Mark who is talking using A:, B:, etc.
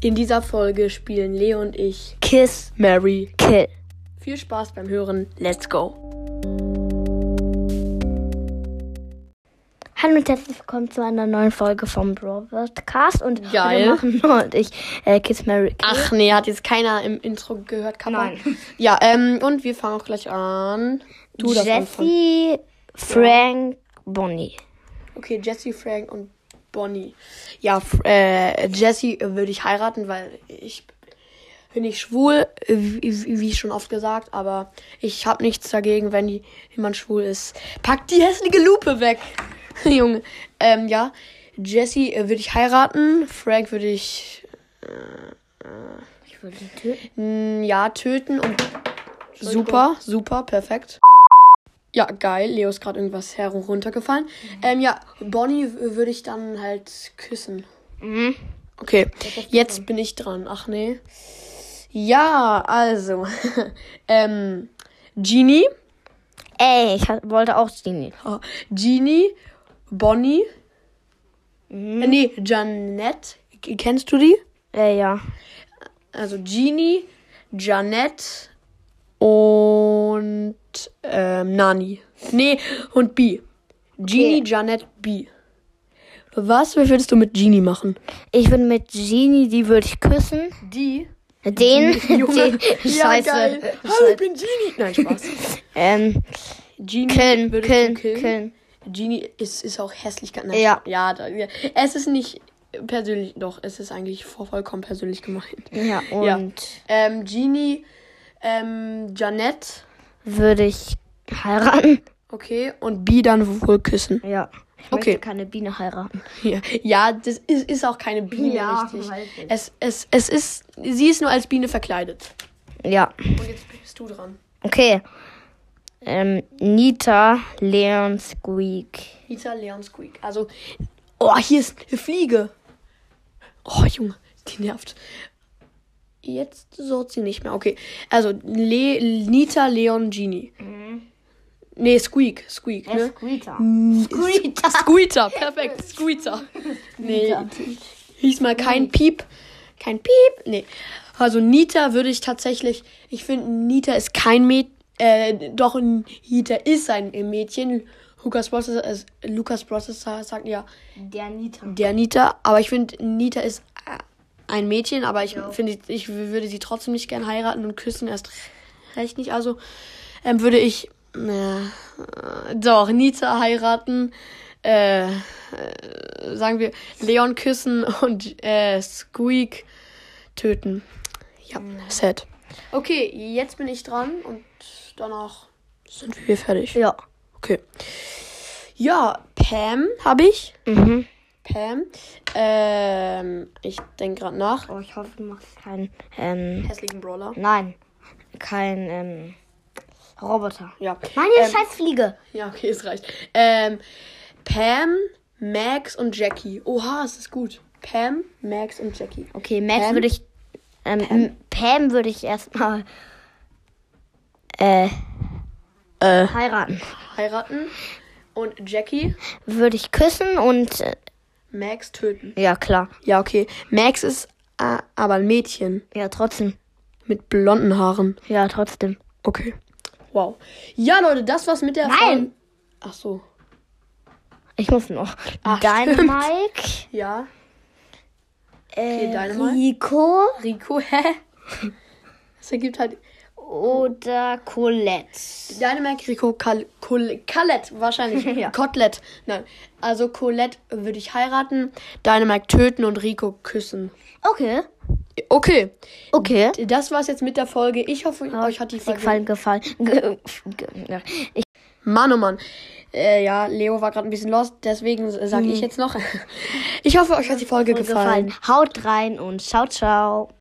A: In dieser Folge spielen Leo und ich.
B: Kiss, Mary, Kill.
A: Viel Spaß beim Hören.
B: Let's go. Hallo und herzlich willkommen zu einer neuen Folge vom Bro Podcast und
A: Geil.
B: heute machen Noah und ich äh, Kiss Mary Kill.
A: Ach nee, hat jetzt keiner im Intro gehört, kann man.
B: Nein.
A: Ja, ähm, und wir fangen auch gleich an. Du darfst anfangen.
B: Jesse, Frank, Bonnie.
A: Okay, Jesse, Frank und Bonnie. Ja, F- äh, Jesse würde ich heiraten, weil ich bin nicht schwul, äh, wie, wie schon oft gesagt, aber ich habe nichts dagegen, wenn die, jemand schwul ist. Pack die hässliche Lupe weg, Junge. Ähm, ja, Jesse äh, würde ich heiraten, Frank würde ich
B: Ich würde die töten.
A: Mm, Ja, töten und. Super, super, perfekt. Ja, geil. Leo ist gerade irgendwas her runtergefallen.
B: Mhm.
A: Ähm, ja, Bonnie w- würde ich dann halt küssen.
B: Mhm.
A: Okay, jetzt bin ich dran. Ach nee. Ja, also. ähm, Genie.
B: Ey, ich hab- wollte auch die nicht.
A: Oh, Genie. Bonnie. Äh,
B: Mhm.
A: nee, Janette. K- Kennst du die?
B: Äh, ja.
A: Also Genie, Janette und ähm, Nani. Nee, und B. Genie, Janette, B. Was würdest du mit Genie machen?
B: Ich würde mit Genie, die würde ich küssen.
A: Die?
B: Den,
A: Junge,
B: den Scheiße.
A: Geil. Hallo, ich bin Genie. Nein, Spaß.
B: Ähm,
A: Genie
B: killen,
A: würdest
B: killen,
A: du killen?
B: killen.
A: Genie ist, ist auch hässlich. Nein,
B: Ja.
A: Ja, da, ja. Es ist nicht persönlich, doch, es ist eigentlich voll- vollkommen persönlich gemeint.
B: Ja,
A: Ja.
B: und
A: Ähm, Genie, ähm, Janette.
B: würde ich heiraten.
A: Okay, und B dann wohl küssen.
B: Ja. Ich
A: Okay.
B: möchte keine Biene heiraten.
A: Ja, ja das ist, ist auch keine Biene
B: Ja,
A: richtig.
B: weiß ich.
A: Es, es, es ist, sie ist nur als Biene verkleidet.
B: Ja.
A: Und jetzt bist du dran.
B: Okay. Ähm, Nita, Leon, Squeak.
A: Nita Leon Squeak. Also, oh, hier ist eine Fliege. Oh, Junge, die nervt. Jetzt sort sie nicht mehr. Okay, also Le Nita Leon Genie. Nee, Squeak, Mhm. Squeak, ne?
B: Squeaker.
A: Squeeter. Squeeter, perfekt. Squeeter. Nee. Hieß mal kein Piep. Kein Piep. Nee. Also Nita würde ich tatsächlich. Ich finde, Nita ist kein Mädchen. Äh, doch, Nita ist ein Mädchen. Lukas Processor, ist, Lukas Processor sagt ja
B: Der Nita.
A: der Nita. Aber ich finde, Nita ist äh, ein Mädchen. Aber ich finde, ich würde sie trotzdem nicht gern heiraten und küssen. Erst recht nicht. Also ähm, würde ich äh, doch Nita heiraten. Äh, äh, sagen wir Leon küssen und äh, Squeak töten. Ja, sad. Mhm. Okay, jetzt bin ich dran und danach sind wir fertig.
B: Ja.
A: Okay. Ja, Pam habe ich.
B: Mhm.
A: Pam. Ähm, ich denke gerade nach.
B: Oh, ich hoffe, du machst keinen, ähm,
A: Hässlichen Brawler.
B: nein, kein, ähm, Roboter.
A: Ja.
B: Meine
A: Ähm,
B: scheiß Fliege.
A: Ja, okay, es reicht. Ähm, Pam, Max und Jackie. Oha, es ist gut. Pam, Max und Jackie.
B: Okay, Max
A: Pam?
B: würde ich, ähm, Pam, Pam würde ich erstmal, äh,
A: Äh.
B: heiraten.
A: Heiraten. Und Jackie,
B: Würde ich küssen und, äh,
A: Max töten.
B: ja, klar.
A: Ja, okay. Max ist äh, aber ein Mädchen
B: Ja, trotzdem.
A: mit blonden Haaren.
B: Ja, trotzdem.
A: Okay. Wow. Ja, Leute, das war's mit der
B: Nein!
A: Fol- Ach so.
B: Ich muss noch.
A: Ach,
B: Dynamike.
A: Ja.
B: Äh,
A: Dynamite.
B: Rico
A: Rico, hä? Das ergibt halt
B: oder Colette.
A: Dynamic Rico Kal Kol Kalett, wahrscheinlich.
B: Ja.
A: Kotelett. Nein. Also Colette würde ich heiraten, Dynamic töten und Rico küssen.
B: Okay.
A: Okay,
B: Okay.
A: das war's jetzt mit der Folge. Oh, Ich hoffe, euch hat die
B: Sie
A: Folge
B: gefallen, gefallen. Ge- ge- ja. Ich,
A: Mann, oh Mann. Äh, ja, Leo war gerade ein bisschen lost, deswegen
B: Mhm.
A: sage ich jetzt noch. Ich hoffe, euch hat die Folge gefallen.
B: gefallen. Haut rein und ciao, ciao.